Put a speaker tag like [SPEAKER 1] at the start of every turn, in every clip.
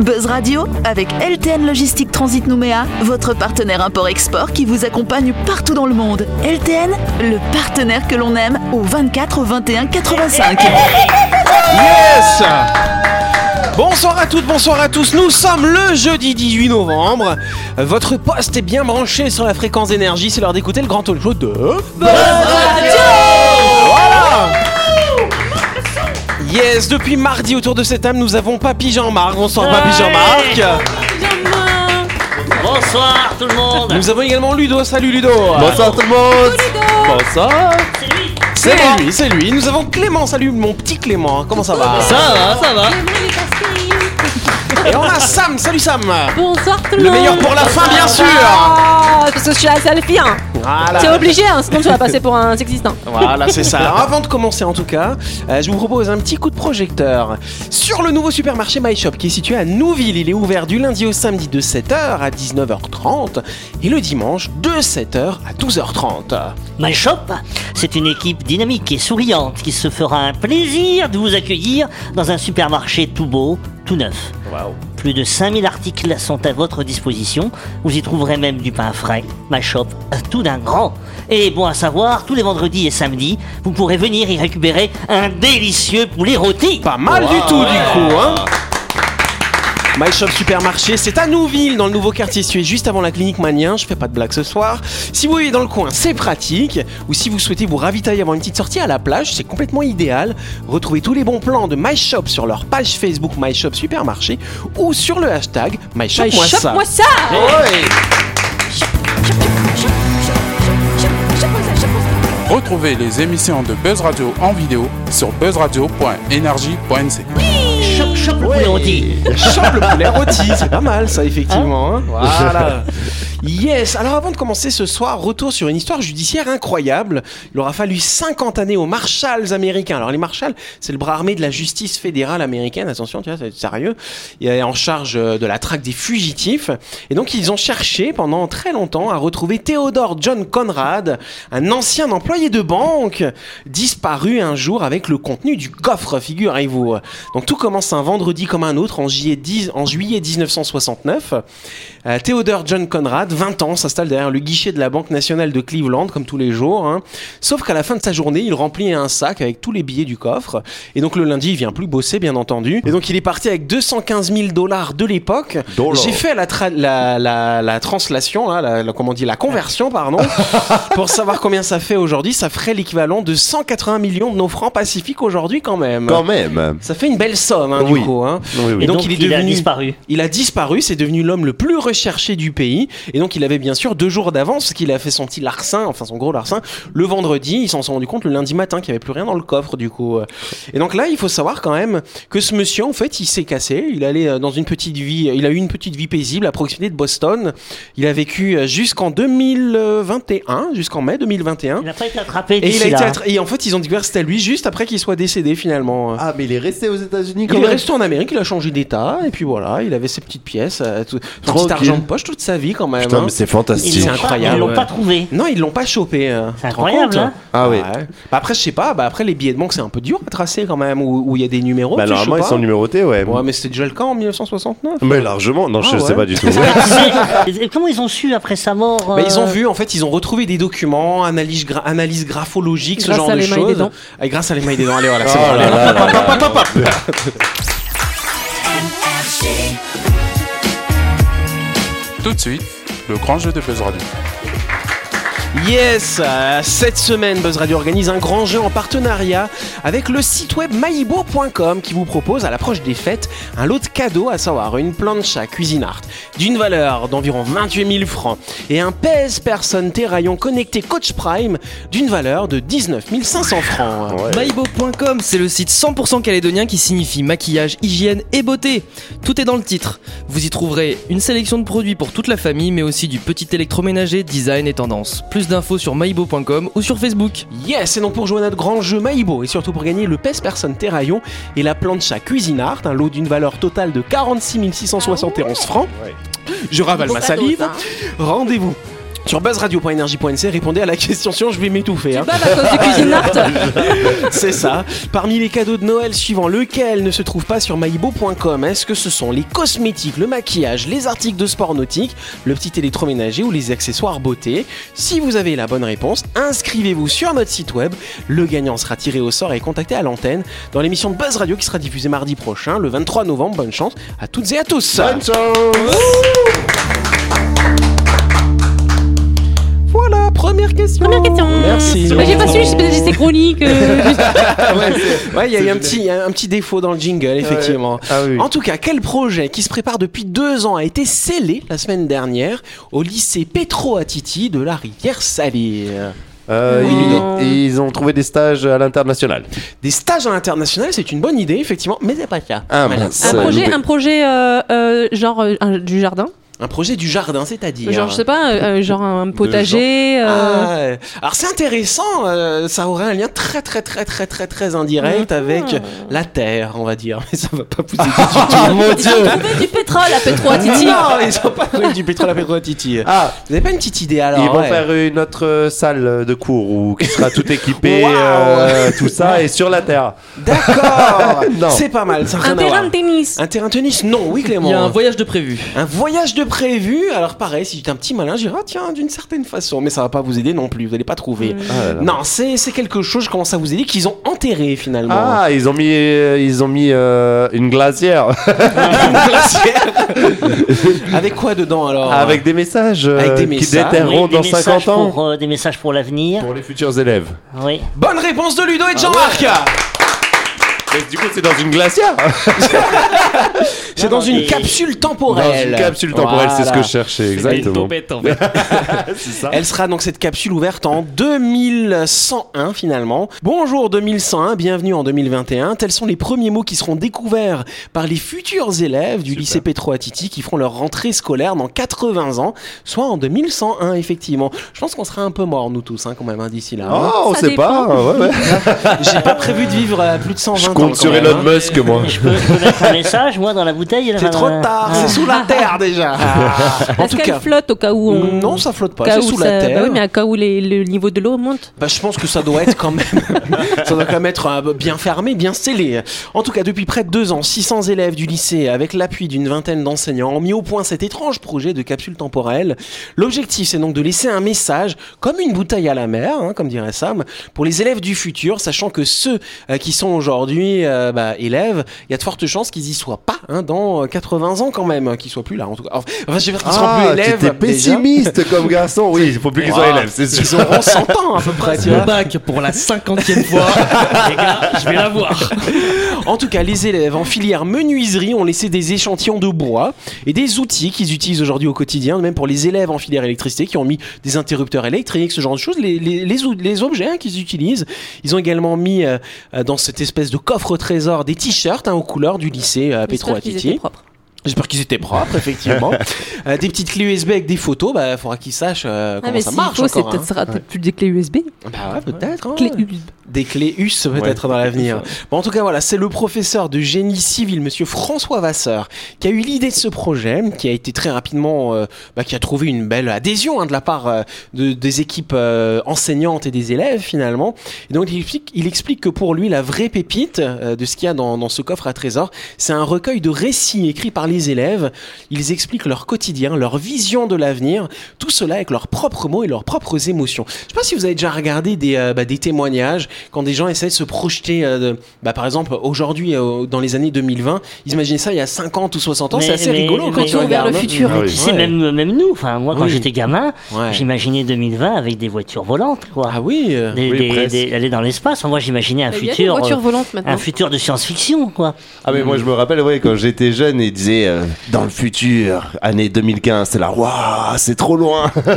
[SPEAKER 1] Buzz Radio avec LTN Logistique Transit Nouméa, votre partenaire import-export qui vous accompagne partout dans le monde. LTN, le partenaire que l'on aime au 24 21 85.
[SPEAKER 2] Yes Bonsoir à toutes, bonsoir à tous. Nous sommes le jeudi 18 novembre. Votre poste est bien branché sur la fréquence d'énergie. C'est l'heure d'écouter le grand talk show de Buzz Voilà. Yes, depuis mardi autour de cette table, nous avons Papy Jean-Marc. Bonsoir Papy Jean-Marc.
[SPEAKER 3] Bonsoir tout le monde
[SPEAKER 2] Nous avons également Ludo. Salut Ludo.
[SPEAKER 4] Bonsoir tout le monde Bonsoir
[SPEAKER 2] C'est lui, c'est lui. Nous avons Clément. Salut mon petit Clément. Comment ça va
[SPEAKER 4] Ça va, ça va
[SPEAKER 2] Et on a Sam. Salut Sam.
[SPEAKER 5] Bonsoir tout le
[SPEAKER 2] Le
[SPEAKER 5] monde
[SPEAKER 2] meilleur pour la fin, bien sûr. Bah.
[SPEAKER 5] Ah, Parce que je suis la seule fille hein.
[SPEAKER 2] Voilà.
[SPEAKER 5] T'es obligé hein, sinon tu vas passer pour un sexiste hein.
[SPEAKER 2] Voilà, c'est ça. Alors, avant de commencer, en tout cas, euh, je vous propose un petit coup de projecteur sur le nouveau supermarché My Shop qui est situé à Nouville. Il est ouvert du lundi au samedi de 7h à 19h30 et le dimanche de 7h à 12h30.
[SPEAKER 3] My Shop, c'est une équipe dynamique et souriante qui se fera un plaisir de vous accueillir dans un supermarché tout beau, tout neuf. Plus de 5000 articles sont à votre disposition. Vous y trouverez même du pain frais. My Shop, tout d'un grand. Et bon à savoir, tous les vendredis et samedis, vous pourrez venir y récupérer un délicieux poulet rôti.
[SPEAKER 2] Pas mal du tout, du coup, hein My Shop Supermarché, c'est à Nouville, dans le nouveau quartier situé juste avant la clinique Manien. Je fais pas de blague ce soir. Si vous voyez dans le coin, c'est pratique. Ou si vous souhaitez vous ravitailler avant une petite sortie à la plage, c'est complètement idéal. Retrouvez tous les bons plans de My Shop sur leur page Facebook My Shop Supermarché ou sur le hashtag My Shop
[SPEAKER 5] Bah,
[SPEAKER 2] Moi Ça. Oh,
[SPEAKER 5] Chope-moi ça
[SPEAKER 6] Retrouvez les émissions de Buzz Radio en vidéo sur buzzradio.energie.nc.
[SPEAKER 3] Shop, shop, le poulet rôti.
[SPEAKER 2] Chope le poulet rôti, c'est pas mal ça effectivement. hein. Voilà. Yes, alors avant de commencer ce soir, retour sur une histoire judiciaire incroyable. Il aura fallu 50 années aux marshals américains. Alors les marshals, c'est le bras armé de la justice fédérale américaine, attention, tu vois, ça va être sérieux. Il est en charge euh, de la traque des fugitifs. Et donc ils ont cherché pendant très longtemps à retrouver Theodore John Conrad, un ancien employé de banque, disparu un jour avec le contenu du coffre, figurez-vous. Donc tout commence un vendredi comme un autre en juillet, 10 en juillet 1969. Euh, Theodore John Conrad, 20 ans, s'installe derrière le guichet de la Banque nationale de Cleveland, comme tous les jours. hein. Sauf qu'à la fin de sa journée, il remplit un sac avec tous les billets du coffre. Et donc le lundi, il vient plus bosser, bien entendu. Et donc il est parti avec 215 000 dollars de l'époque.
[SPEAKER 4] Oh
[SPEAKER 2] J'ai fait la, tra- la, la, la translation, là, la, la- comment on dit, la conversion, pardon, pour savoir combien ça fait aujourd'hui. Ça ferait l'équivalent de 180 millions de nos francs pacifiques aujourd'hui, quand même.
[SPEAKER 4] Quand même
[SPEAKER 2] Ça fait une belle somme, hein,
[SPEAKER 4] Oui.
[SPEAKER 2] du coup. hein.
[SPEAKER 4] Oui, oui.
[SPEAKER 2] Et donc, il est
[SPEAKER 3] a
[SPEAKER 2] devenu-
[SPEAKER 3] disparu.
[SPEAKER 2] Il a disparu, c'est devenu l'homme le plus recherché du pays. Et donc, il avait bien sûr deux jours d'avance, parce qu'il a fait son petit larcin, enfin son gros larcin, le vendredi. Ils s'en sont rendu compte le lundi matin qu'il n'y avait plus rien dans le coffre, du coup. euh. Et donc là, il faut savoir quand même que ce monsieur, en fait, il s'est cassé. Il allait euh, dans une petite vie, il a eu une petite vie paisible à proximité de Boston. Il a vécu euh, jusqu'en 2021, jusqu'en mai 2021.
[SPEAKER 3] Il n'a pas été attrapé
[SPEAKER 2] Et,
[SPEAKER 3] d'ici
[SPEAKER 2] il a été
[SPEAKER 3] là.
[SPEAKER 2] attra- et en fait, ils ont découvert que c'était lui juste après qu'il soit décédé finalement. euh.
[SPEAKER 4] Ah mais il est resté aux États-Unis quand
[SPEAKER 2] Il est
[SPEAKER 4] même
[SPEAKER 2] resté en Amérique, il a changé d'état, et puis voilà, il avait ses petites pièces, euh, tout- son petit
[SPEAKER 4] Tranquille.
[SPEAKER 2] argent de poche toute sa vie quand même.
[SPEAKER 4] Putain,
[SPEAKER 2] hein.
[SPEAKER 4] mais c'est
[SPEAKER 3] Ils
[SPEAKER 4] fantastique
[SPEAKER 3] l'ont pas-
[SPEAKER 2] incroyable,
[SPEAKER 3] Ils l'ont
[SPEAKER 2] ouais.
[SPEAKER 3] pas trouvé.
[SPEAKER 2] Non, ils l'ont pas chopé. euh,
[SPEAKER 3] C'est
[SPEAKER 2] tu te rends
[SPEAKER 3] incroyable,
[SPEAKER 2] compte
[SPEAKER 3] hein.
[SPEAKER 4] Ah oui
[SPEAKER 2] Ouais. Bah après, je sais pas, bah après, les billets de banque, c'est un peu dur à tracer quand même, où où il y a des numéros.
[SPEAKER 4] Bah
[SPEAKER 2] tu sais, je
[SPEAKER 4] normalement ils
[SPEAKER 2] sais
[SPEAKER 4] sont
[SPEAKER 2] pas.
[SPEAKER 4] numérotés ouais
[SPEAKER 2] Ouais, mais c'était déjà le cas en 1969.
[SPEAKER 4] Mais largement Non je
[SPEAKER 2] Ah ouais.
[SPEAKER 4] sais pas du tout
[SPEAKER 3] Et Comment ils ont su après sa mort
[SPEAKER 2] Bah, ils ont
[SPEAKER 3] euh,
[SPEAKER 2] vu, en fait, ils ont retrouvé des documents, analyse, gra- analyse graphologique, ce
[SPEAKER 5] Grâce
[SPEAKER 2] genre
[SPEAKER 5] à
[SPEAKER 2] de
[SPEAKER 5] l'émail des
[SPEAKER 2] choses.
[SPEAKER 5] dents.
[SPEAKER 2] Et grâce à l'émail des dents. Allez, voilà, c'est
[SPEAKER 4] Oh
[SPEAKER 2] bon, allez,
[SPEAKER 4] là
[SPEAKER 3] euh,
[SPEAKER 4] là là là.
[SPEAKER 6] Tout de suite, le grand jeu de Buzz Radio.
[SPEAKER 2] Yes, euh, cette semaine Buzz Radio organise un grand jeu en partenariat avec le site web maibo.com qui vous propose à l'approche des fêtes un lot de cadeaux à savoir une planche à cuisine art d'une valeur d'environ 28 000 francs et un PS Personne Terraillon connecté Coach Prime d'une valeur de 19 500 francs.
[SPEAKER 7] Maibo.com, c'est le site 100% calédonien qui signifie maquillage, hygiène et beauté. Tout est dans le titre. Vous y trouverez une sélection de produits pour toute la famille, mais aussi du petit électroménager, design et tendance. Plus d'infos sur maibo.com ou sur Facebook.
[SPEAKER 2] Yes, et donc pour jouer à notre grand jeu Maïbo et surtout pour gagner le PES Personne Terraillon et la plancha Cuisine Art, un lot d'une valeur totale de Oh, 46 671 francs. Je ravale ma salive. Rendez-vous Sur buzzradio.energie.nc, E. répondez à la question sinon je vais m'étouffer. hein.
[SPEAKER 5] Bah, à cause du cuisine
[SPEAKER 2] Ah.
[SPEAKER 5] art.
[SPEAKER 2] C'est ça. Parmi les cadeaux de Noël suivants, lequel ne se trouve pas sur maibo.com Est-ce que ce sont les cosmétiques, le maquillage, les articles de sport nautique, le petit électroménager ou les accessoires beauté Si vous avez la bonne réponse, inscrivez-vous sur notre site web. Le gagnant sera tiré au sort et contacté à l'antenne dans l'émission de Buzz Radio qui sera diffusée mardi prochain, le 23 novembre. Bonne chance à toutes et à tous.
[SPEAKER 4] Bonne chance
[SPEAKER 2] Voilà, première question.
[SPEAKER 5] Première question.
[SPEAKER 2] Merci.
[SPEAKER 5] Bah, J'ai pas su, je sais pas si c'est chronique. euh,
[SPEAKER 2] Ouais, il y a eu un petit, un petit défaut dans le jingle, effectivement.
[SPEAKER 4] Ah oui.
[SPEAKER 2] En tout cas, quel projet qui se prépare depuis deux ans a été scellé la semaine dernière au lycée Petro Attiti de la rivière Salire
[SPEAKER 4] Euh,
[SPEAKER 5] Non.
[SPEAKER 4] ils, ils ont trouvé des stages à l'international.
[SPEAKER 2] Des stages à l'international, c'est une bonne idée, effectivement, mais c'est pas le cas.
[SPEAKER 4] Ah,
[SPEAKER 2] Voilà.
[SPEAKER 4] mince.
[SPEAKER 5] un
[SPEAKER 4] Ça a
[SPEAKER 5] projet,
[SPEAKER 4] loupé.
[SPEAKER 5] un projet euh, euh, genre euh, un- du jardin.
[SPEAKER 2] Un projet du jardin, c'est-à-dire.
[SPEAKER 5] Genre, je sais pas, euh, euh, genre un potager. euh,
[SPEAKER 2] Ah, euh, alors c'est intéressant, euh, ça aurait un lien très très très très très très indirect
[SPEAKER 5] Ah.
[SPEAKER 2] avec la terre, on va dire. Mais ça va pas pousser du tout.
[SPEAKER 4] Ah mon dieu
[SPEAKER 5] trouver du pétrole à Petro Attiti.
[SPEAKER 2] Ah, non, ils ont pas trouvé du pétrole à Petro Attiti.
[SPEAKER 4] Ah,
[SPEAKER 2] Vous avez pas une petite idée alors
[SPEAKER 4] ils vont
[SPEAKER 2] ouais.
[SPEAKER 4] faire une autre euh, salle de cours où qui sera tout équipée,
[SPEAKER 2] Waouh.
[SPEAKER 4] euh, tout ça, et sur la terre.
[SPEAKER 2] D'accord
[SPEAKER 4] Non.
[SPEAKER 2] Ah, C'est pas mal, ça n'a
[SPEAKER 5] Un
[SPEAKER 2] rien à
[SPEAKER 5] terrain
[SPEAKER 2] voir.
[SPEAKER 5] de tennis.
[SPEAKER 2] Un terrain de tennis Non, oui
[SPEAKER 7] Il
[SPEAKER 2] Clément.
[SPEAKER 7] y a un voyage de prévu.
[SPEAKER 2] Un voyage de prévu, alors pareil, si j'étais un petit malin, j'irais, ah, tiens, d'une certaine façon, mais ça va pas vous aider non plus, vous allez pas trouver.
[SPEAKER 4] Ah, là là.
[SPEAKER 2] Non, c'est c'est quelque chose, je commence à vous aider, qu'ils ont enterré finalement.
[SPEAKER 4] Ah, ils ont mis, euh, ils ont mis euh, une glacière
[SPEAKER 2] Une glacière. Avec quoi dedans alors
[SPEAKER 4] avec des messages euh,
[SPEAKER 2] Oh. Avec des
[SPEAKER 4] qui
[SPEAKER 2] messages.
[SPEAKER 4] déterreront
[SPEAKER 3] Oui, des
[SPEAKER 4] dans
[SPEAKER 3] messages
[SPEAKER 4] 50 ans
[SPEAKER 3] pour, euh, des messages pour l'avenir.
[SPEAKER 4] pour les futurs élèves.
[SPEAKER 3] Oui.
[SPEAKER 2] Bonne réponse de Ludo et de Jean-Marc
[SPEAKER 4] Mais du coup, c'est dans une glacière
[SPEAKER 2] C'est dans
[SPEAKER 3] non,
[SPEAKER 2] une
[SPEAKER 3] mais-
[SPEAKER 2] capsule
[SPEAKER 4] Dans
[SPEAKER 2] temporelle.
[SPEAKER 4] une capsule temporelle, c'est ce
[SPEAKER 2] Voilà.
[SPEAKER 4] que je cherchais, exactement. C'est ça.
[SPEAKER 2] Ah. Elle sera donc cette capsule ouverte en 2101 finalement. Bonjour 2101, bienvenue en 2021. Tels sont les premiers mots qui seront découverts par les futurs élèves du lycée Petro Attiti qui feront leur rentrée scolaire dans 80 ans, soit en 2101 effectivement. Je pense qu'on sera un peu morts nous tous hein, quand même hein, d'ici là. hein.
[SPEAKER 4] Oh, on
[SPEAKER 5] Ça
[SPEAKER 4] sait
[SPEAKER 5] dépend.
[SPEAKER 4] pas. ouais, ouais.
[SPEAKER 2] J'ai pas prévu de vivre à plus de 120
[SPEAKER 4] Oh. Je
[SPEAKER 2] ans.
[SPEAKER 4] compte
[SPEAKER 2] quand
[SPEAKER 4] sur
[SPEAKER 2] même,
[SPEAKER 4] Elon
[SPEAKER 2] hein.
[SPEAKER 4] Musk, moi.
[SPEAKER 3] Je peux, je peux mettre un message, moi, dans la bouteille. là, euh, ah.
[SPEAKER 2] C'est trop
[SPEAKER 3] là,
[SPEAKER 2] tard,
[SPEAKER 3] là.
[SPEAKER 2] c'est sous la terre déjà. en
[SPEAKER 5] Est-ce
[SPEAKER 2] tout
[SPEAKER 5] qu'elle
[SPEAKER 2] cas,
[SPEAKER 5] flotte au cas où on.
[SPEAKER 2] non, ça flotte
[SPEAKER 5] au
[SPEAKER 2] pas,
[SPEAKER 5] cas
[SPEAKER 2] c'est
[SPEAKER 5] où
[SPEAKER 2] sous
[SPEAKER 5] ça-
[SPEAKER 2] la terre.
[SPEAKER 5] Bah oui, mais à cas où les- le niveau de l'eau monte.
[SPEAKER 2] Bah, je pense que ça doit être quand même, ça doit quand même être euh, bien fermé, bien scellé. En tout cas, depuis près de deux ans, 600 élèves du lycée, avec l'appui d'une vingtaine d'enseignants, ont mis au point cet étrange projet de capsule temporelle. L'objectif, c'est donc de laisser un message, comme une bouteille à la mer, hein, comme dirait Sam, pour les élèves du futur, sachant que ceux euh, qui sont aujourd'hui euh, bah, élèves, il y a de fortes chances qu'ils y soient pas hein, dans euh, 80 ans quand même, hein, qu'ils soient plus là. En tout cas, enfin, je veux dire qu'ils seront plus
[SPEAKER 4] Ah,
[SPEAKER 2] élèves.
[SPEAKER 4] t'étais
[SPEAKER 2] déjà.
[SPEAKER 4] pessimiste comme garçon. Oui, Ah. il faut plus qu'ils soient élèves, c'est
[SPEAKER 2] Ils
[SPEAKER 4] sûr.
[SPEAKER 2] auront 100 ans à peu près, tu vois.
[SPEAKER 7] Mon bac pour la cinquantième fois. Les gars, je vais l'avoir.
[SPEAKER 2] En tout cas, les élèves en filière menuiserie ont laissé des échantillons de bois et des outils qu'ils utilisent aujourd'hui au quotidien, même pour les élèves en filière électricité qui ont mis des interrupteurs électriques, ce genre de choses, les, les, les, ou- les objets hein, qu'ils utilisent. Ils ont également mis euh, euh, dans cette espèce de coffre au trésor des t-shirts hein, aux couleurs du lycée euh, Petro
[SPEAKER 5] J'espère qu'ils étaient
[SPEAKER 2] Attiti.
[SPEAKER 5] propres.
[SPEAKER 2] J'espère qu'ils étaient propres, effectivement. Euh, des petites clés USB avec des photos, bah faudra qu'ils sachent euh,
[SPEAKER 5] Ah,
[SPEAKER 2] comment
[SPEAKER 5] mais
[SPEAKER 2] ça
[SPEAKER 5] s'il
[SPEAKER 2] marche
[SPEAKER 5] faut, c'est
[SPEAKER 2] encore.
[SPEAKER 5] peut-être
[SPEAKER 2] hein.
[SPEAKER 5] ça sera peut-être plus des clés USB.
[SPEAKER 2] Bah ouais, peut-être. hein.
[SPEAKER 5] Clés USB.
[SPEAKER 2] Des clés US peut-être dans l'avenir. Bon, en tout cas, voilà, c'est le professeur de génie civil, monsieur François Vasseur, qui a eu l'idée de ce projet, qui a été très rapidement, euh, bah, qui a trouvé une belle adhésion hein, de la part euh, de- des équipes euh, enseignantes et des élèves finalement. Et donc, il explique, il explique que pour lui, la vraie pépite euh, de ce qu'il y a dans, dans ce coffre à trésor, c'est un recueil de récits écrits par les élèves. Ils expliquent leur quotidien, leur vision de l'avenir, tout cela avec leurs propres mots et leurs propres émotions. Je sais pas si vous avez déjà regardé des, euh, bah, des témoignages quand des gens essaient de se projeter, euh, de- bah, par exemple, aujourd'hui, euh, dans les années 2020, ils imaginaient ça il y a 50 ou 60 ans,
[SPEAKER 3] Mais-
[SPEAKER 2] c'est assez
[SPEAKER 3] mais-
[SPEAKER 2] rigolo
[SPEAKER 3] mais-
[SPEAKER 2] quand tu
[SPEAKER 3] mais-
[SPEAKER 5] vers
[SPEAKER 2] regardes.
[SPEAKER 5] le futur.
[SPEAKER 4] Ah oui.
[SPEAKER 3] Tu sais,
[SPEAKER 2] Ouais.
[SPEAKER 3] même, même nous, enfin, moi, quand
[SPEAKER 2] Oui.
[SPEAKER 3] j'étais gamin,
[SPEAKER 2] Ouais.
[SPEAKER 3] j'imaginais 2020 avec des voitures volantes, quoi.
[SPEAKER 2] Ah oui euh,
[SPEAKER 3] Des-
[SPEAKER 4] Oui,
[SPEAKER 3] des-
[SPEAKER 4] presque.
[SPEAKER 3] des- aller dans l'espace. Moi, j'imaginais un
[SPEAKER 5] Il y a des
[SPEAKER 3] futur,
[SPEAKER 5] voitures
[SPEAKER 3] euh,
[SPEAKER 5] volantes maintenant.
[SPEAKER 3] un futur de science-fiction, quoi.
[SPEAKER 4] Ah, mais moi, je me rappelle, ouais, quand j'étais jeune, ils disaient euh, dans le futur, année 2015, c'est là, waouh, c'est trop loin.
[SPEAKER 3] Bah,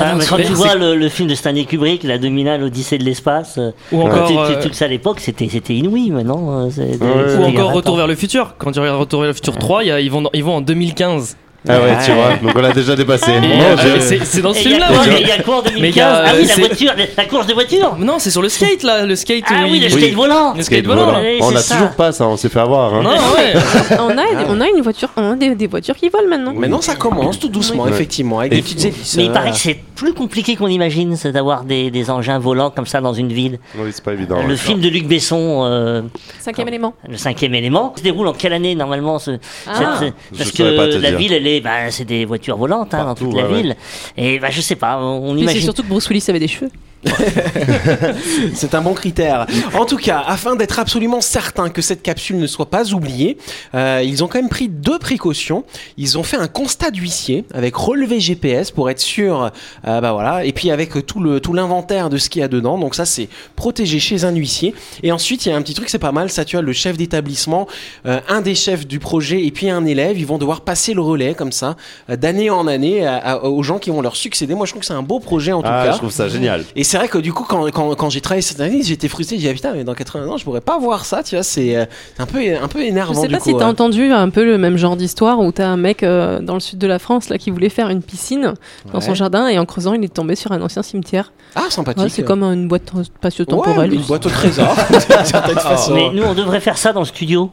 [SPEAKER 3] ah, mais quand tu vois le, le film de Stanley Kubrick, la 2001, l'Odyssée de l'espace, euh,
[SPEAKER 7] Ou
[SPEAKER 3] quand
[SPEAKER 7] encore,
[SPEAKER 3] tu- tu-
[SPEAKER 7] euh,
[SPEAKER 3] tout ça à l'époque, c'était c'était inouï. Maintenant, euh, c'est-
[SPEAKER 4] Ou
[SPEAKER 3] c'était
[SPEAKER 7] Ou
[SPEAKER 3] il y a
[SPEAKER 7] encore
[SPEAKER 3] 20
[SPEAKER 7] Retour
[SPEAKER 3] ans.
[SPEAKER 7] vers le futur. Quand tu regardes Retour vers le futur 3, il y a- ils, vont dans- ils vont en 2015.
[SPEAKER 4] Ah ouais, Ah, tu vois, donc on l'a déjà dépassé. Mon Dieu.
[SPEAKER 7] Euh, c'est c'est dans ce
[SPEAKER 3] Et il y a
[SPEAKER 7] film-là.
[SPEAKER 3] quoi,
[SPEAKER 7] ouais.
[SPEAKER 3] mais il y a quoi en
[SPEAKER 7] Mais il y
[SPEAKER 3] 2015
[SPEAKER 7] a,
[SPEAKER 3] Ah oui,
[SPEAKER 7] euh,
[SPEAKER 3] la
[SPEAKER 7] c'est-
[SPEAKER 3] voiture, la- la course de voiture
[SPEAKER 7] Non, c'est sur le skate là, le skate.
[SPEAKER 3] Ah
[SPEAKER 7] où
[SPEAKER 3] oui,
[SPEAKER 7] il-
[SPEAKER 3] le skate volant
[SPEAKER 7] Le
[SPEAKER 4] Skate
[SPEAKER 7] skate volant.
[SPEAKER 4] volant.
[SPEAKER 7] là.
[SPEAKER 3] Oui,
[SPEAKER 4] hein. On
[SPEAKER 3] c'est
[SPEAKER 4] a
[SPEAKER 3] ça.
[SPEAKER 4] toujours pas ça, on s'est fait avoir. hein.
[SPEAKER 2] Ah,
[SPEAKER 7] Non, Ah, ouais.
[SPEAKER 5] Ah, On a, on a une voiture, on a des, des voitures qui volent maintenant.
[SPEAKER 2] Maintenant, ça commence tout doucement,
[SPEAKER 4] Oui.
[SPEAKER 2] effectivement, avec
[SPEAKER 4] Et-
[SPEAKER 2] des petites hélices.
[SPEAKER 3] Mais il
[SPEAKER 2] euh,
[SPEAKER 3] paraît que c'est plus compliqué qu'on imagine, c'est d'avoir des, des engins volants comme ça dans une ville.
[SPEAKER 4] Oh, Oui, c'est pas évident.
[SPEAKER 3] le
[SPEAKER 4] ouais.
[SPEAKER 3] film de Luc Besson, euh,
[SPEAKER 5] Cinquième élément.
[SPEAKER 3] Le Cinquième élément, se déroule en quelle année normalement ce,
[SPEAKER 5] Ah.
[SPEAKER 3] cette- euh,
[SPEAKER 4] Je
[SPEAKER 3] Parce que
[SPEAKER 4] saurais pas te
[SPEAKER 3] la
[SPEAKER 4] dire.
[SPEAKER 3] ville, elle est, bah, c'est des voitures volantes hein, dans
[SPEAKER 4] Partout,
[SPEAKER 3] toute la
[SPEAKER 4] ouais, ouais.
[SPEAKER 3] ville. Et bah, je sais pas, on
[SPEAKER 5] Mais c'est
[SPEAKER 3] imagine.
[SPEAKER 5] surtout que Bruce Willis avait des cheveux.
[SPEAKER 2] C'est un bon critère. En tout cas, afin d'être absolument certain que cette capsule ne soit pas oubliée, euh, ils ont quand même pris deux précautions. Ils ont fait un constat d'huissier avec relevé GPS pour être sûr, euh, bah voilà, et puis avec tout le tout l'inventaire de ce qu'il y a dedans. Donc ça, c'est protégé chez un huissier. Et ensuite, il y a un petit truc, c'est pas mal. Ça, tu as le chef d'établissement, euh, un des chefs du projet, et puis un élève. Ils vont devoir passer le relais comme ça, euh, d'année en année, à- à- aux gens qui vont leur succéder. Moi, je trouve que c'est un beau projet en tout
[SPEAKER 4] Ah,
[SPEAKER 2] cas.
[SPEAKER 4] je trouve ça génial.
[SPEAKER 2] Et c'est vrai que du coup, quand, quand, quand j'ai travaillé cette année, j'étais frustré. J'ai dit, ah, putain, mais dans 80 ans, je pourrais pas voir ça, tu vois. C'est euh, un peu, un peu
[SPEAKER 5] Je
[SPEAKER 2] énervant.
[SPEAKER 5] sais
[SPEAKER 2] du
[SPEAKER 5] pas
[SPEAKER 2] coup,
[SPEAKER 5] si t'as
[SPEAKER 2] ouais.
[SPEAKER 5] entendu un peu le même genre d'histoire où t'as un mec euh, dans le sud de la France là qui voulait faire une piscine dans son
[SPEAKER 2] Ouais.
[SPEAKER 5] jardin et en creusant il est tombé sur un ancien cimetière.
[SPEAKER 2] Ah, sympathique.
[SPEAKER 5] Ouais, c'est comme une boîte spatio-temporelle.
[SPEAKER 2] Ouais, une boîte au trésor, Ah, d'une certaine façon.
[SPEAKER 3] Mais nous, on devrait faire ça dans le studio.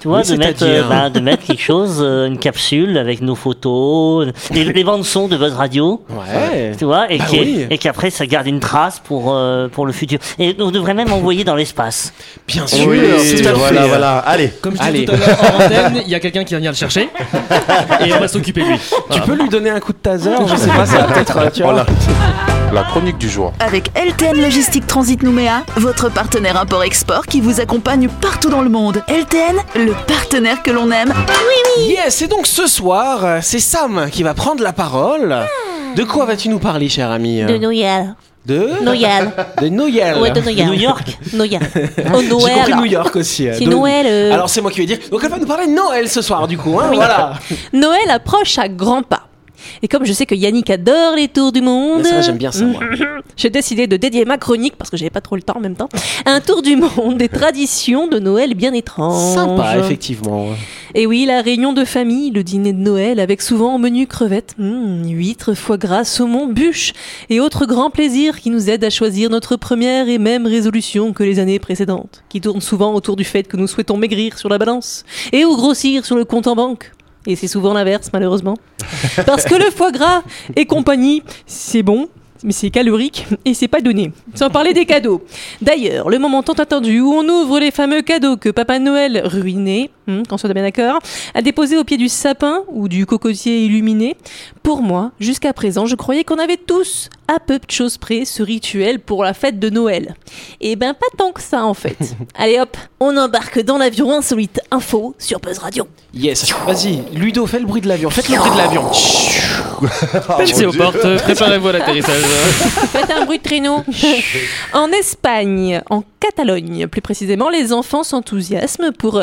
[SPEAKER 3] Tu vois,
[SPEAKER 2] Oui,
[SPEAKER 3] de, mettre, euh,
[SPEAKER 2] c'est-à-dire
[SPEAKER 3] bah, de mettre quelque chose, euh, une capsule avec nos photos, les, les bandes son de Buzz Radio.
[SPEAKER 2] Ouais.
[SPEAKER 3] Tu vois, et
[SPEAKER 2] Bah
[SPEAKER 3] qu'est-
[SPEAKER 2] oui.
[SPEAKER 3] et qu'après ça garde une trace pour, euh, pour le futur. Et on devrait même envoyer dans l'espace.
[SPEAKER 2] Bien sûr.
[SPEAKER 4] Oui,
[SPEAKER 2] tout à
[SPEAKER 4] voilà,
[SPEAKER 2] fait.
[SPEAKER 4] voilà. Allez,
[SPEAKER 7] Comme je
[SPEAKER 2] Allez.
[SPEAKER 7] disais tout à l'heure en antenne, il y a quelqu'un qui va venir le chercher et on va s'occuper de lui.
[SPEAKER 2] Tu peux lui donner un coup de taser, je sais pas, ça va peut-être. euh, Tu vois.
[SPEAKER 4] Voilà.
[SPEAKER 6] La chronique du jour.
[SPEAKER 1] Avec LTN Logistique Transit Nouméa, votre partenaire import-export qui vous accompagne partout dans le monde. LTN, le partenaire que l'on aime.
[SPEAKER 2] Yes, et donc ce soir, euh, c'est Sam qui va prendre la parole. De quoi vas-tu nous parler, cher ami
[SPEAKER 8] De Noël.
[SPEAKER 2] De
[SPEAKER 8] Noël.
[SPEAKER 2] De Noël.
[SPEAKER 8] Ouais, de Noël.
[SPEAKER 3] New York
[SPEAKER 8] Noël. Oh,
[SPEAKER 2] J'ai compris New
[SPEAKER 8] Noël.
[SPEAKER 2] York aussi. euh,
[SPEAKER 8] C'est
[SPEAKER 2] de-
[SPEAKER 8] Noël. euh,
[SPEAKER 2] Alors c'est moi qui vais dire. Donc elle va nous parler de Noël ce soir, du coup. Hein, Voilà.
[SPEAKER 5] Noël approche à grands pas. Et comme je sais que Yannick adore les tours du monde,
[SPEAKER 2] Ça, j'aime bien ça, moi.
[SPEAKER 5] j'ai décidé de dédier ma chronique, parce que j'avais pas trop le temps en même temps, à un tour du monde des traditions de Noël bien étranges.
[SPEAKER 2] Sympa, Ah, effectivement.
[SPEAKER 5] Et oui, la réunion de famille, le dîner de Noël, avec souvent en menu crevettes, hmm, huîtres, foie gras, saumon, bûche, et autres grands plaisirs qui nous aident à choisir notre première et même résolution que les années précédentes, qui tourne souvent autour du fait que nous souhaitons maigrir sur la balance, et ou grossir sur le compte en banque. Et c'est souvent l'inverse, malheureusement. Parce que le foie gras et compagnie, c'est bon, mais c'est calorique et c'est pas donné. Sans parler des cadeaux. D'ailleurs, le moment tant attendu où on ouvre les fameux cadeaux que Papa Noël, ruiné, hein, qu'on soit bien d'accord, a déposé au pied du sapin ou du cocotier illuminé. Pour moi, jusqu'à présent, je croyais qu'on avait tous, à peu de choses près, ce rituel pour la fête de Noël. Eh ben, pas tant que ça, en fait. Allez hop, on embarque dans l'avion insolite info sur Buzz Radio.
[SPEAKER 2] Yes. Vas-y, Ludo, fais le bruit de l'avion. Faites le bruit de l'avion.
[SPEAKER 7] Pensez aux portes, préparez-vous à l'atterrissage.
[SPEAKER 5] Faites un bruit de traîneau. en Espagne, en Catalogne, plus précisément, les enfants s'enthousiasment pour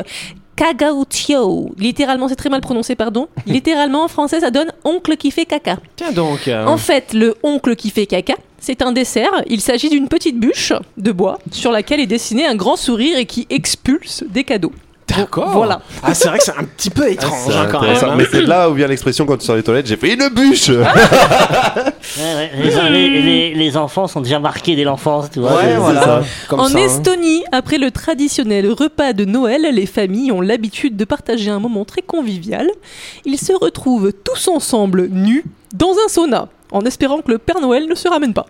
[SPEAKER 5] cagautio. Littéralement, c'est très mal prononcé, pardon. Littéralement, en français, ça donne oncle qui fait caca.
[SPEAKER 2] Tiens donc. euh,
[SPEAKER 5] En fait, le oncle qui fait caca, c'est un dessert. Il s'agit d'une petite bûche de bois sur laquelle est dessiné un grand sourire et qui expulse des cadeaux.
[SPEAKER 2] D'accord.
[SPEAKER 5] Voilà.
[SPEAKER 2] Ah, c'est vrai que c'est un petit peu étrange
[SPEAKER 4] Ah, C'est
[SPEAKER 2] hein, quand même.
[SPEAKER 4] intéressant.
[SPEAKER 2] hein.
[SPEAKER 4] Mais c'est là où vient l'expression quand tu sors des toilettes, j'ai fait une bûche.
[SPEAKER 2] Ah,
[SPEAKER 3] Ouais, ouais, les, les- les- les enfants sont déjà marqués dès l'enfance, tu vois.
[SPEAKER 2] Ouais,
[SPEAKER 4] c'est
[SPEAKER 2] voilà.
[SPEAKER 4] ça.
[SPEAKER 2] Comme
[SPEAKER 5] en
[SPEAKER 2] ça, hein.
[SPEAKER 5] Estonie, après le traditionnel repas de Noël, les familles ont l'habitude de partager un moment très convivial. Ils se retrouvent tous ensemble, nus, dans un sauna. En espérant que le Père Noël ne se ramène pas.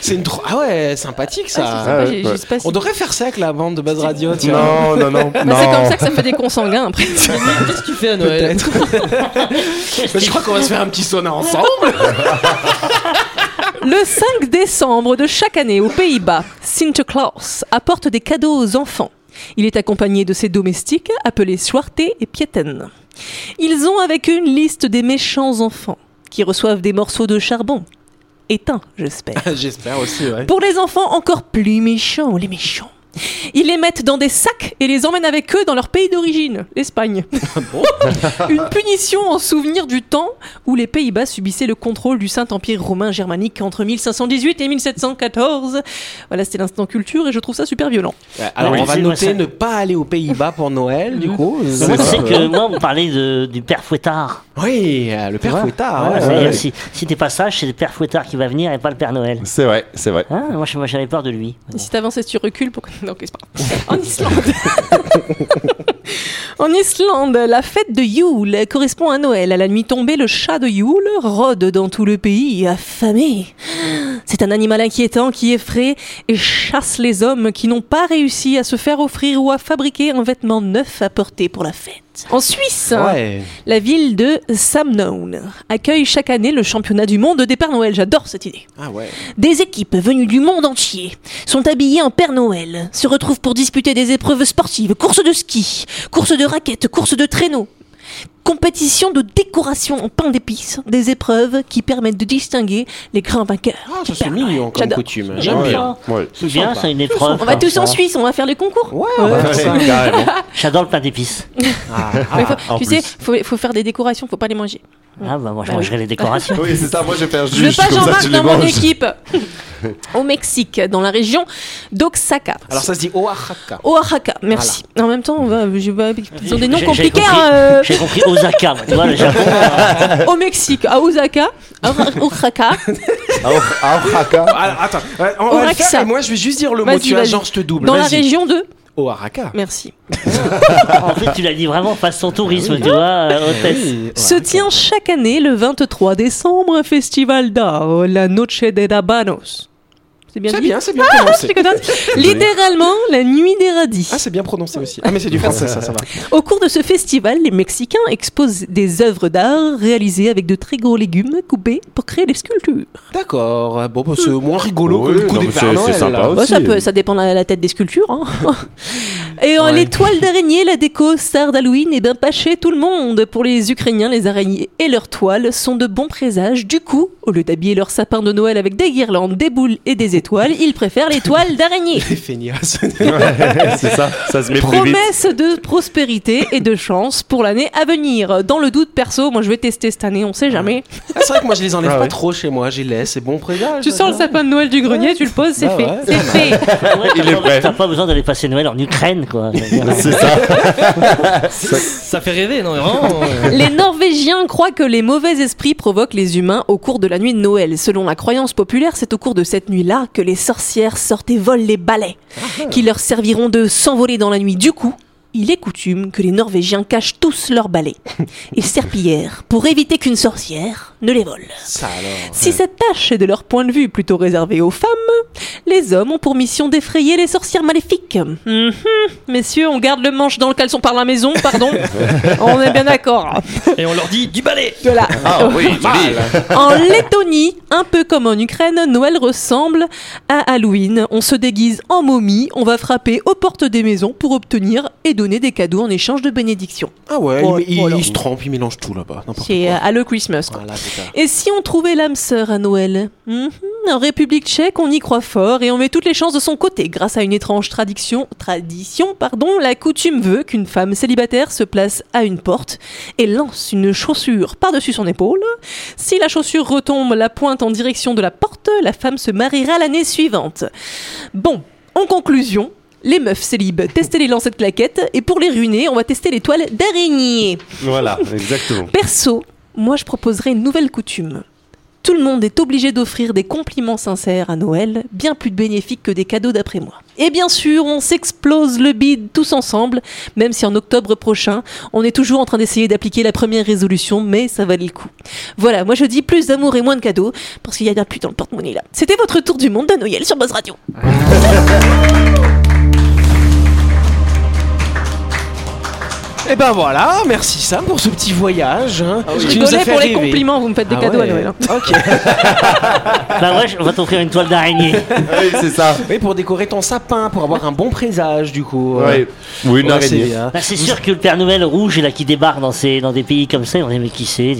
[SPEAKER 2] C'est une tro- Ah ouais, sympathique ça.
[SPEAKER 4] Ah ouais,
[SPEAKER 5] J'ai-
[SPEAKER 4] ouais.
[SPEAKER 5] j'ai pas si-
[SPEAKER 2] On devrait faire ça avec la bande de Buzz Radio, tu vois.
[SPEAKER 4] Non, non, non.
[SPEAKER 5] Bah, c'est
[SPEAKER 4] non.
[SPEAKER 5] comme ça que ça fait des consanguins après.
[SPEAKER 7] Qu'est-ce que tu fais à Noël
[SPEAKER 2] Peut-être. Mais je crois qu'on va se faire un petit sauna ensemble.
[SPEAKER 5] Le 5 décembre de chaque année aux Pays-Bas, Sinterklaas apporte des cadeaux aux enfants. Il est accompagné de ses domestiques appelés Swarte et Pieten. Ils ont avec eux une liste des méchants enfants qui reçoivent des morceaux de charbon. Éteints, j'espère.
[SPEAKER 2] J'espère aussi, ouais.
[SPEAKER 5] Pour les enfants encore plus méchants, les méchants. Ils les mettent dans des sacs et les emmènent avec eux dans leur pays d'origine, l'Espagne. Une punition en souvenir du temps où les Pays-Bas subissaient le contrôle du Saint-Empire romain germanique entre 1518 et 1714. Voilà, c'était l'instant culture et je trouve ça super violent.
[SPEAKER 2] Euh, Alors,
[SPEAKER 3] Ouais,
[SPEAKER 2] on va
[SPEAKER 3] c'est-
[SPEAKER 2] noter
[SPEAKER 3] ouais, ça-
[SPEAKER 2] ne pas aller aux Pays-Bas pour Noël, du coup.
[SPEAKER 3] Moi,
[SPEAKER 2] Ça,
[SPEAKER 3] je sais
[SPEAKER 2] euh,
[SPEAKER 3] que moi, on parlait de- du père Fouettard.
[SPEAKER 2] Oui, euh, le père
[SPEAKER 3] Ouais.
[SPEAKER 2] Fouettard.
[SPEAKER 3] Ouais,
[SPEAKER 2] ouais,
[SPEAKER 3] c'est-à-dire
[SPEAKER 2] ouais.
[SPEAKER 3] Si, si t'es pas sage, c'est le père Fouettard qui va venir et pas le père Noël.
[SPEAKER 4] C'est vrai, c'est vrai.
[SPEAKER 3] Hein moi, je- moi, j'avais peur de lui.
[SPEAKER 5] Si t'avances et si tu recules, pourquoi Non, ok, c'est pas grave. En Islande. en Islande, la fête de Yule correspond à Noël. À la nuit tombée, le chat de Yule rôde dans tout le pays, affamé. C'est un animal inquiétant qui effraie et chasse les hommes qui n'ont pas réussi à se faire offrir ou à fabriquer un vêtement neuf à porter pour la fête. En Suisse,
[SPEAKER 2] Ouais.
[SPEAKER 5] la ville de Samnoun accueille chaque année le championnat du monde des Pères Noël. J'adore cette idée.
[SPEAKER 2] Ah ouais.
[SPEAKER 5] Des équipes venues du monde entier sont habillées en Père Noël, se retrouvent pour disputer des épreuves sportives, courses de ski, courses de raquettes, courses de traîneaux, compétitions de décoration en pain d'épices, des épreuves qui permettent de distinguer les grands vainqueurs.
[SPEAKER 2] Ah, ça
[SPEAKER 5] du
[SPEAKER 2] c'est
[SPEAKER 5] Père
[SPEAKER 2] mignon
[SPEAKER 5] Noël.
[SPEAKER 2] comme
[SPEAKER 5] J'adore.
[SPEAKER 2] coutume. J'aime
[SPEAKER 3] Ouais.
[SPEAKER 2] bien.
[SPEAKER 4] Ouais.
[SPEAKER 3] C'est bien,
[SPEAKER 2] sympa.
[SPEAKER 3] c'est une
[SPEAKER 4] Ah,
[SPEAKER 3] épreuve. hein.
[SPEAKER 5] On va
[SPEAKER 3] comme
[SPEAKER 5] tous en
[SPEAKER 3] ça.
[SPEAKER 5] Suisse, on va faire le concours.
[SPEAKER 2] Ouais, on va faire ça.
[SPEAKER 4] carrément.
[SPEAKER 3] J'adore le pain d'épices.
[SPEAKER 5] Mais faut-
[SPEAKER 4] Ah, en
[SPEAKER 5] tu
[SPEAKER 4] plus.
[SPEAKER 5] sais, faut, faut faire des décorations, faut pas les manger.
[SPEAKER 3] Ah bah moi je
[SPEAKER 5] Bah oui.
[SPEAKER 3] mangerai les décorations.
[SPEAKER 4] Oui, c'est ça, moi je vais faire
[SPEAKER 5] Je veux
[SPEAKER 4] juste
[SPEAKER 5] pas
[SPEAKER 4] comme ça
[SPEAKER 5] Jean-Marc
[SPEAKER 4] tu les
[SPEAKER 5] dans mon
[SPEAKER 4] manges.
[SPEAKER 5] équipe. Au Mexique, dans la région d'Oaxaca.
[SPEAKER 2] Alors ça se dit Oaxaca.
[SPEAKER 5] Oaxaca, merci. En même temps, on va, je vais- ils ont des noms
[SPEAKER 3] J'ai- j'ai
[SPEAKER 5] compliqués.
[SPEAKER 3] compris-
[SPEAKER 5] hein, euh,
[SPEAKER 3] J'ai compris Osaka, moi, tu vois, le Japon.
[SPEAKER 5] au Mexique, à Osaka, à Oaxaca.
[SPEAKER 4] Ah, oh, ah, oh, caca.
[SPEAKER 2] Ah, attends, ouais, on va le
[SPEAKER 5] Oaxaca.
[SPEAKER 2] faire et moi je vais juste dire le mot,
[SPEAKER 5] Vas-y,
[SPEAKER 2] tu vois,
[SPEAKER 5] vas-y.
[SPEAKER 2] genre je te double.
[SPEAKER 5] Dans la
[SPEAKER 2] Vas-y.
[SPEAKER 5] région de.
[SPEAKER 2] Oaxaca.
[SPEAKER 5] Merci.
[SPEAKER 3] En fait, tu l'as dit vraiment façon tourisme, tu vois, euh, hôtesse.
[SPEAKER 2] Eh Oui,
[SPEAKER 5] Se tient chaque année le 23 décembre un festival d'art, la Noche de Rabanos. C'est bien
[SPEAKER 2] C'est
[SPEAKER 5] dit
[SPEAKER 2] bien, c'est bien
[SPEAKER 5] Je
[SPEAKER 2] prononcé.
[SPEAKER 5] suis contente. Littéralement, la nuit des radis.
[SPEAKER 2] Ah, c'est bien prononcé aussi. Ah, mais c'est du français, ça, ça va.
[SPEAKER 5] Au cours de ce festival, les Mexicains exposent des œuvres d'art réalisées avec de très gros légumes coupés pour créer des sculptures.
[SPEAKER 2] D'accord. Bon, bah, c'est moins rigolo que
[SPEAKER 4] Oui,
[SPEAKER 2] le coup
[SPEAKER 4] non,
[SPEAKER 2] des
[SPEAKER 4] mais
[SPEAKER 2] Pères
[SPEAKER 4] c'est-
[SPEAKER 2] Noël,
[SPEAKER 4] c'est sympa
[SPEAKER 2] là.
[SPEAKER 4] aussi.
[SPEAKER 5] Bah, ça,
[SPEAKER 2] euh.
[SPEAKER 5] peut, ça dépend de la la tête des sculptures. hein. Et en
[SPEAKER 2] Ouais.
[SPEAKER 5] les toiles d'araignée, la déco star d'Halloween est bien pas chez tout le monde. Pour les Ukrainiens, les araignées et leurs toiles sont de bons présages. Du coup, au lieu d'habiller leur sapin de Noël avec des guirlandes, des boules et des étoiles, ils préfèrent les toiles d'araignée.
[SPEAKER 2] Les feignasses.
[SPEAKER 4] c'est ça, ça se met plus vite.
[SPEAKER 5] Promesse de prospérité et de chance pour l'année à venir. Dans le doute, perso, moi je vais tester cette année, on sait jamais.
[SPEAKER 2] Ah, c'est vrai que moi je les enlève
[SPEAKER 4] Ah
[SPEAKER 2] pas
[SPEAKER 4] ouais.
[SPEAKER 2] trop chez moi, j'y laisse, c'est bon présage.
[SPEAKER 5] Tu
[SPEAKER 2] ça,
[SPEAKER 5] sens le
[SPEAKER 2] ça.
[SPEAKER 5] sapin de Noël du grenier, tu le poses, c'est
[SPEAKER 2] Bah
[SPEAKER 5] fait.
[SPEAKER 2] ouais.
[SPEAKER 5] C'est fait.
[SPEAKER 3] Ah ouais,
[SPEAKER 4] Il
[SPEAKER 3] t'as
[SPEAKER 4] est
[SPEAKER 3] pas-
[SPEAKER 4] prêt.
[SPEAKER 3] T'as pas besoin d'aller passer Noël en Ukraine, quoi.
[SPEAKER 4] C'est ça.
[SPEAKER 7] Ça fait rêver, non mais vraiment, euh,
[SPEAKER 5] Les Norvégiens croient que les mauvais esprits provoquent les humains au cours de la nuit de Noël. Selon la croyance populaire, c'est au cours de cette nuit-là que les sorcières sortent et volent les balais, qui leur serviront de s'envoler dans la nuit. Du coup, il est coutume que les Norvégiens cachent tous leurs balais et serpillèrent pour éviter qu'une sorcière ne les vole.
[SPEAKER 2] Ça alors.
[SPEAKER 5] Si cette tâche est de leur point de vue plutôt réservée aux femmes, les hommes ont pour mission d'effrayer les sorcières maléfiques. Mhm. Messieurs, on garde le manche dans le caleçon par la maison, pardon. on est bien d'accord.
[SPEAKER 7] et on leur dit du balai.
[SPEAKER 5] Voilà.
[SPEAKER 4] Ah oui,
[SPEAKER 5] En Lettonie, un peu comme en Ukraine, Noël ressemble à Halloween. On se déguise en momie, on va frapper aux portes des maisons pour obtenir et donner des cadeaux en échange de bénédictions.
[SPEAKER 2] Ah ouais,
[SPEAKER 5] Oh,
[SPEAKER 2] il, il-
[SPEAKER 5] oh là.
[SPEAKER 2] il se trompe, il mélange tout là-bas. n'importe
[SPEAKER 5] C'est
[SPEAKER 2] quoi.
[SPEAKER 5] euh, Halo Christmas. quoi.
[SPEAKER 2] Voilà, c'est ça.
[SPEAKER 5] Et si on trouvait l'âme sœur à Noël Mhm. En République tchèque, on y croit fort et on met toutes les chances de son côté grâce à une étrange tradition. tradition pardon, la coutume veut qu'une femme célibataire se place à une porte et lance une chaussure par-dessus son épaule. Si la chaussure retombe la pointe en direction de la porte, la femme se mariera l'année suivante. Bon, en conclusion, les meufs célibes, testez les lancers de claquettes et pour les ruiner, on va tester les toiles d'araignée.
[SPEAKER 4] Voilà, exactement.
[SPEAKER 5] Perso, moi je proposerais une nouvelle coutume. Tout le monde est obligé d'offrir des compliments sincères à Noël, bien plus bénéfiques que des cadeaux d'après moi. Et bien sûr, on s'explose le bide tous ensemble, même si en octobre prochain, on est toujours en train d'essayer d'appliquer la première résolution, mais ça valait le coup. Voilà, moi je dis plus d'amour et moins de cadeaux, parce qu'il y en a plus dans le porte-monnaie là. C'était votre tour du monde de Noël sur Buzz Radio.
[SPEAKER 2] Eh ben voilà, merci Sam pour ce petit voyage. hein,
[SPEAKER 5] Je
[SPEAKER 2] qui nous a
[SPEAKER 5] rigolais
[SPEAKER 2] fait
[SPEAKER 5] pour les
[SPEAKER 2] rêver.
[SPEAKER 5] compliments, vous me faites des
[SPEAKER 2] Ah
[SPEAKER 5] cadeaux
[SPEAKER 2] ouais.
[SPEAKER 5] à Noël. hein.
[SPEAKER 2] Ok.
[SPEAKER 3] Bah ouais, on va t'offrir une toile d'araignée.
[SPEAKER 4] Oui, c'est ça.
[SPEAKER 2] Oui, pour décorer ton sapin, pour avoir un bon présage, du coup.
[SPEAKER 4] Ouais. Ou une
[SPEAKER 2] Ouais, c'est
[SPEAKER 4] araignée.
[SPEAKER 2] bien.
[SPEAKER 3] Bah, c'est sûr que le Père Noël rouge, là, qui débarque dans, ces, dans des pays comme ça, on dit mais qui c'est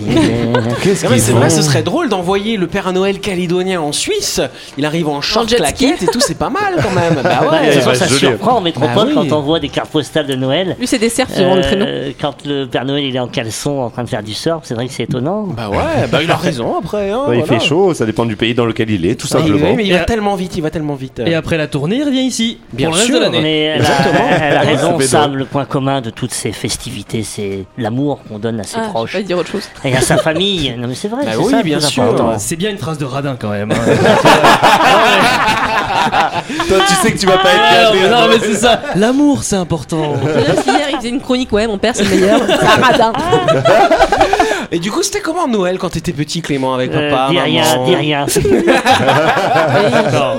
[SPEAKER 4] Qu'est-ce
[SPEAKER 2] Ah ouais,
[SPEAKER 4] qu'ils
[SPEAKER 2] C'est
[SPEAKER 4] font
[SPEAKER 2] vrai, ce serait drôle d'envoyer le Père Noël calédonien en Suisse. Il arrive en
[SPEAKER 5] En
[SPEAKER 2] short
[SPEAKER 5] jet ski.
[SPEAKER 2] claquette et tout, c'est pas mal quand même. Bah
[SPEAKER 3] Bah, de toute
[SPEAKER 2] ouais.
[SPEAKER 3] façon,
[SPEAKER 4] va
[SPEAKER 3] ça
[SPEAKER 4] se geler.
[SPEAKER 3] surprend en métropole
[SPEAKER 2] Bah oui.
[SPEAKER 3] quand on voit des cartes postales de Noël.
[SPEAKER 5] Lui, c'est des cerfs qui ont le
[SPEAKER 3] Euh,
[SPEAKER 5] prénom.
[SPEAKER 3] quand le Père Noël il est en caleçon en train de faire du surf, c'est vrai que c'est étonnant.
[SPEAKER 2] Bah ouais, bah il a raison après. hein,
[SPEAKER 4] Ouais, Il
[SPEAKER 2] voilà.
[SPEAKER 4] fait chaud, ça dépend du pays dans lequel il est, tout
[SPEAKER 2] Ah, oui,
[SPEAKER 4] simplement.
[SPEAKER 2] mais il va
[SPEAKER 7] Et-
[SPEAKER 2] tellement vite, il va tellement vite.
[SPEAKER 7] Et après la tournée, il revient ici.
[SPEAKER 2] Bien
[SPEAKER 7] pour le reste
[SPEAKER 2] sûr,
[SPEAKER 7] de l'année.
[SPEAKER 3] Mais elle
[SPEAKER 4] Exactement.
[SPEAKER 3] a, elle a raison,
[SPEAKER 4] Mais
[SPEAKER 3] Sam,
[SPEAKER 4] non.
[SPEAKER 3] le point commun de toutes ces festivités, c'est l'amour qu'on donne à ses
[SPEAKER 5] Ah, je
[SPEAKER 3] proches
[SPEAKER 5] vais pas dire autre chose.
[SPEAKER 3] et à sa famille. Non mais c'est vrai,
[SPEAKER 2] Bah
[SPEAKER 3] c'est
[SPEAKER 2] oui,
[SPEAKER 3] ça le
[SPEAKER 2] bien
[SPEAKER 3] plus
[SPEAKER 2] sûr.
[SPEAKER 3] important.
[SPEAKER 7] C'est bien une trace de radin quand même. hein.
[SPEAKER 4] Toi, tu sais que tu vas pas
[SPEAKER 7] Ah,
[SPEAKER 4] être
[SPEAKER 7] mais
[SPEAKER 4] gâté.
[SPEAKER 7] non, mais c'est ça. L'amour, c'est important.
[SPEAKER 5] Même si hier, il faisait une chronique, ouais, mon père, c'est le meilleur. C'est un radin.
[SPEAKER 2] Et du coup, c'était comment Noël quand t'étais petit, Clément, avec
[SPEAKER 3] Euh,
[SPEAKER 2] papa
[SPEAKER 3] dis rien,
[SPEAKER 2] maman
[SPEAKER 3] dis rien. Bah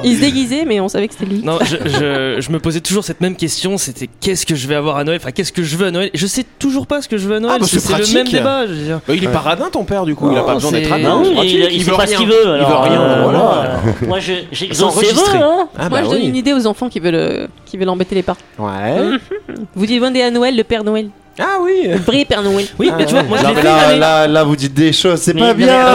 [SPEAKER 5] Il se déguisait, mais on savait que c'était lui.
[SPEAKER 7] Non, je, je- je me posais toujours cette même question. C'était qu'est-ce que je vais avoir à Noël Enfin, qu'est-ce que je veux à Noël Je sais toujours pas ce que je veux à Noël.
[SPEAKER 2] Ah, bah,
[SPEAKER 7] c'est
[SPEAKER 2] c'est
[SPEAKER 7] c'est le
[SPEAKER 2] pratique.
[SPEAKER 7] même débat. je veux dire.
[SPEAKER 2] Bah, il est paradin, ton père, du coup. il a pas
[SPEAKER 7] Non,
[SPEAKER 2] besoin
[SPEAKER 7] c'est-
[SPEAKER 2] d'être
[SPEAKER 3] Non,
[SPEAKER 2] radin.
[SPEAKER 3] il, il,
[SPEAKER 2] Il
[SPEAKER 3] sait
[SPEAKER 2] veut
[SPEAKER 3] pas ce
[SPEAKER 2] rien.
[SPEAKER 3] qu'il veut.
[SPEAKER 2] Il veut
[SPEAKER 3] Alors,
[SPEAKER 2] rien.
[SPEAKER 3] euh,
[SPEAKER 2] voilà.
[SPEAKER 3] euh, moi, je,
[SPEAKER 2] C'est
[SPEAKER 3] j'exauce ses
[SPEAKER 2] enregistré.
[SPEAKER 3] vœux, hein.
[SPEAKER 2] Ah,
[SPEAKER 5] Moi,
[SPEAKER 2] bah
[SPEAKER 5] je donne
[SPEAKER 2] oui.
[SPEAKER 5] une idée aux enfants qui veulent, euh, qui veulent embêter les parents.
[SPEAKER 2] Ouais.
[SPEAKER 5] Vous demandez à Noël le Père Noël.
[SPEAKER 2] Ah oui.
[SPEAKER 5] Le vrai Père Noël.
[SPEAKER 7] Oui,
[SPEAKER 2] Ah,
[SPEAKER 7] mais tu vois, moi, je
[SPEAKER 4] Non,
[SPEAKER 7] l'ai
[SPEAKER 4] mais
[SPEAKER 7] fait une
[SPEAKER 4] là,
[SPEAKER 7] année.
[SPEAKER 4] là, là, vous dites des choses, c'est
[SPEAKER 3] Mais-
[SPEAKER 4] pas
[SPEAKER 3] mais-
[SPEAKER 4] bien.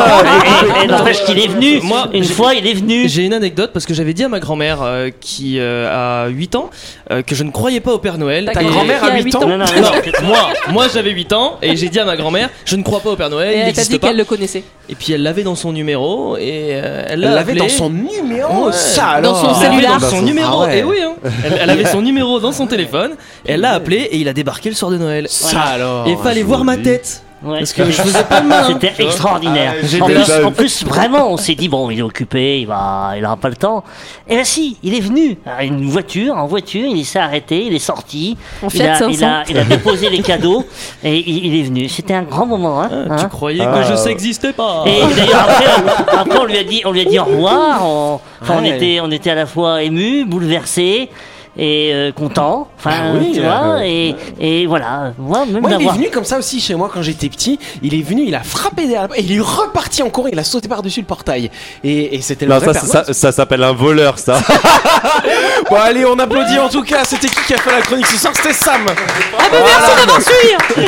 [SPEAKER 3] Eh, eh, N'empêche qu'il est venu.
[SPEAKER 7] Moi,
[SPEAKER 3] une
[SPEAKER 7] j'ai-
[SPEAKER 3] fois, il est venu.
[SPEAKER 7] J'ai une anecdote parce que j'avais dit à ma grand-mère euh, qui euh, a 8 ans euh, que je ne croyais pas au Père Noël.
[SPEAKER 5] Ta
[SPEAKER 7] Et-
[SPEAKER 2] grand-mère
[SPEAKER 5] Il y
[SPEAKER 2] à
[SPEAKER 5] a
[SPEAKER 2] 8
[SPEAKER 5] huit
[SPEAKER 2] ans.
[SPEAKER 3] Non, non, non,
[SPEAKER 7] Non,
[SPEAKER 3] non.
[SPEAKER 7] moi, moi j'avais 8 ans et j'ai dit à ma grand-mère je ne crois pas au Père Noël,
[SPEAKER 5] Et
[SPEAKER 7] il
[SPEAKER 5] elle t'a
[SPEAKER 7] n'existe
[SPEAKER 5] dit
[SPEAKER 7] pas.
[SPEAKER 5] qu'elle le connaissait.
[SPEAKER 7] Et puis elle l'avait dans son numéro et euh, elle
[SPEAKER 2] Elle
[SPEAKER 7] l'a
[SPEAKER 2] l'avait
[SPEAKER 7] appelé.
[SPEAKER 2] dans son numéro,
[SPEAKER 7] Ouais.
[SPEAKER 2] ça
[SPEAKER 5] Dans
[SPEAKER 2] alors.
[SPEAKER 5] son
[SPEAKER 7] Elle l'avait
[SPEAKER 5] cellulaire.
[SPEAKER 7] dans son numéro.
[SPEAKER 2] Ah ouais.
[SPEAKER 7] Et oui, hein. elle, elle avait son numéro dans son téléphone. Et elle l'a appelé et il a débarqué le soir de Noël.
[SPEAKER 2] Ça alors.
[SPEAKER 7] Et fallait voir ma
[SPEAKER 4] dis.
[SPEAKER 7] tête.
[SPEAKER 3] Ouais.
[SPEAKER 7] Parce que je faisais pas le malin.
[SPEAKER 3] C'était extraordinaire.
[SPEAKER 4] Ah, j'étais
[SPEAKER 3] en, plus,
[SPEAKER 4] là.
[SPEAKER 3] en plus, vraiment, on s'est dit bon, il est occupé, il va, il aura pas le temps. Et ben si, il est venu. Alors, Une voiture, en voiture, il s'est arrêté, il est sorti.
[SPEAKER 5] En
[SPEAKER 3] il,
[SPEAKER 5] Fiat
[SPEAKER 3] a,
[SPEAKER 5] 500.
[SPEAKER 3] il, a, il a déposé les cadeaux et il, il est venu. C'était un grand moment. Hein, hein.
[SPEAKER 7] Tu croyais
[SPEAKER 4] Ah,
[SPEAKER 7] que je
[SPEAKER 4] ouais.
[SPEAKER 7] s'existais pas
[SPEAKER 3] Et d'ailleurs après, on- après, on lui a dit, on lui a dit au revoir. On, enfin, on
[SPEAKER 2] Ouais.
[SPEAKER 3] était, on était à la fois ému, bouleversé et euh, content. Enfin,
[SPEAKER 2] Ah oui,
[SPEAKER 3] tu vois. Et, et voilà. Moi, même
[SPEAKER 2] Moi, il est
[SPEAKER 3] d'avoir.
[SPEAKER 2] venu comme ça aussi chez moi quand j'étais petit. Il est venu, il a frappé derrière la- et il est reparti en courant. Il a sauté par-dessus le portail. Et, et c'était le
[SPEAKER 4] Non,
[SPEAKER 2] vrai
[SPEAKER 4] ça,
[SPEAKER 2] Père
[SPEAKER 4] ça,
[SPEAKER 2] Noël.
[SPEAKER 4] ça, ça s'appelle un voleur, ça.
[SPEAKER 2] Bon, allez, on applaudit en tout cas. C'était qui qui a fait la chronique ce soir C'était Sam.
[SPEAKER 5] Ah bah merci d'avoir suivi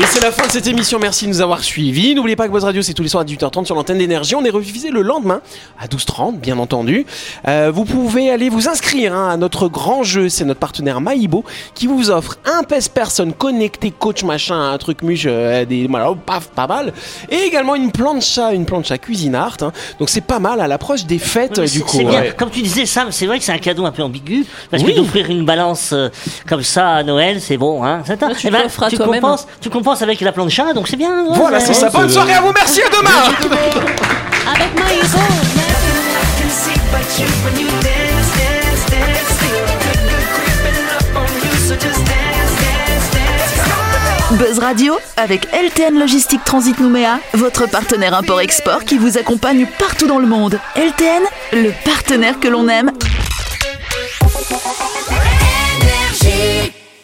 [SPEAKER 2] Et c'est la fin de cette émission. Merci de nous avoir suivis. N'oubliez pas que Buzz Radio, c'est tous les soirs à 18h30 sur l'antenne d'énergie. On est rediffusé le lendemain à 12h30, bien entendu. Euh, vous pouvez aller vous inscrire hein, à notre grand jeu. C'est notre partenaire Maïbo qui vous offre un PES personne connecté, coach machin, un truc muche, euh, des voilà, oh, paf, pas mal. Et également une plancha, une plancha cuisine art. hein. Donc c'est pas mal à l'approche des fêtes
[SPEAKER 3] Mais
[SPEAKER 2] euh,
[SPEAKER 3] c'est-
[SPEAKER 2] du coup.
[SPEAKER 3] c'est bien.
[SPEAKER 2] Ouais.
[SPEAKER 3] Comme tu disais, Sam, c'est vrai que c'est un cadeau un peu ambigu. Parce
[SPEAKER 2] Oui.
[SPEAKER 3] que d'offrir une balance euh, comme ça à Noël, c'est bon. Hein. C'est-
[SPEAKER 5] Ah, tu
[SPEAKER 3] Eh
[SPEAKER 5] t'offres à
[SPEAKER 3] tu,
[SPEAKER 5] toi-même.
[SPEAKER 3] compenses, tu compenses avec la plancha, donc c'est bien. ouais,
[SPEAKER 2] Voilà,
[SPEAKER 3] ouais.
[SPEAKER 2] c'est ça. Bonne soirée à vous. Merci à demain.
[SPEAKER 5] Avec Maïso
[SPEAKER 1] Buzz Radio avec LTN Logistique Transit Nouméa, votre partenaire import-export qui vous accompagne partout dans le monde. LTN, le partenaire que l'on aime
[SPEAKER 8] Energia.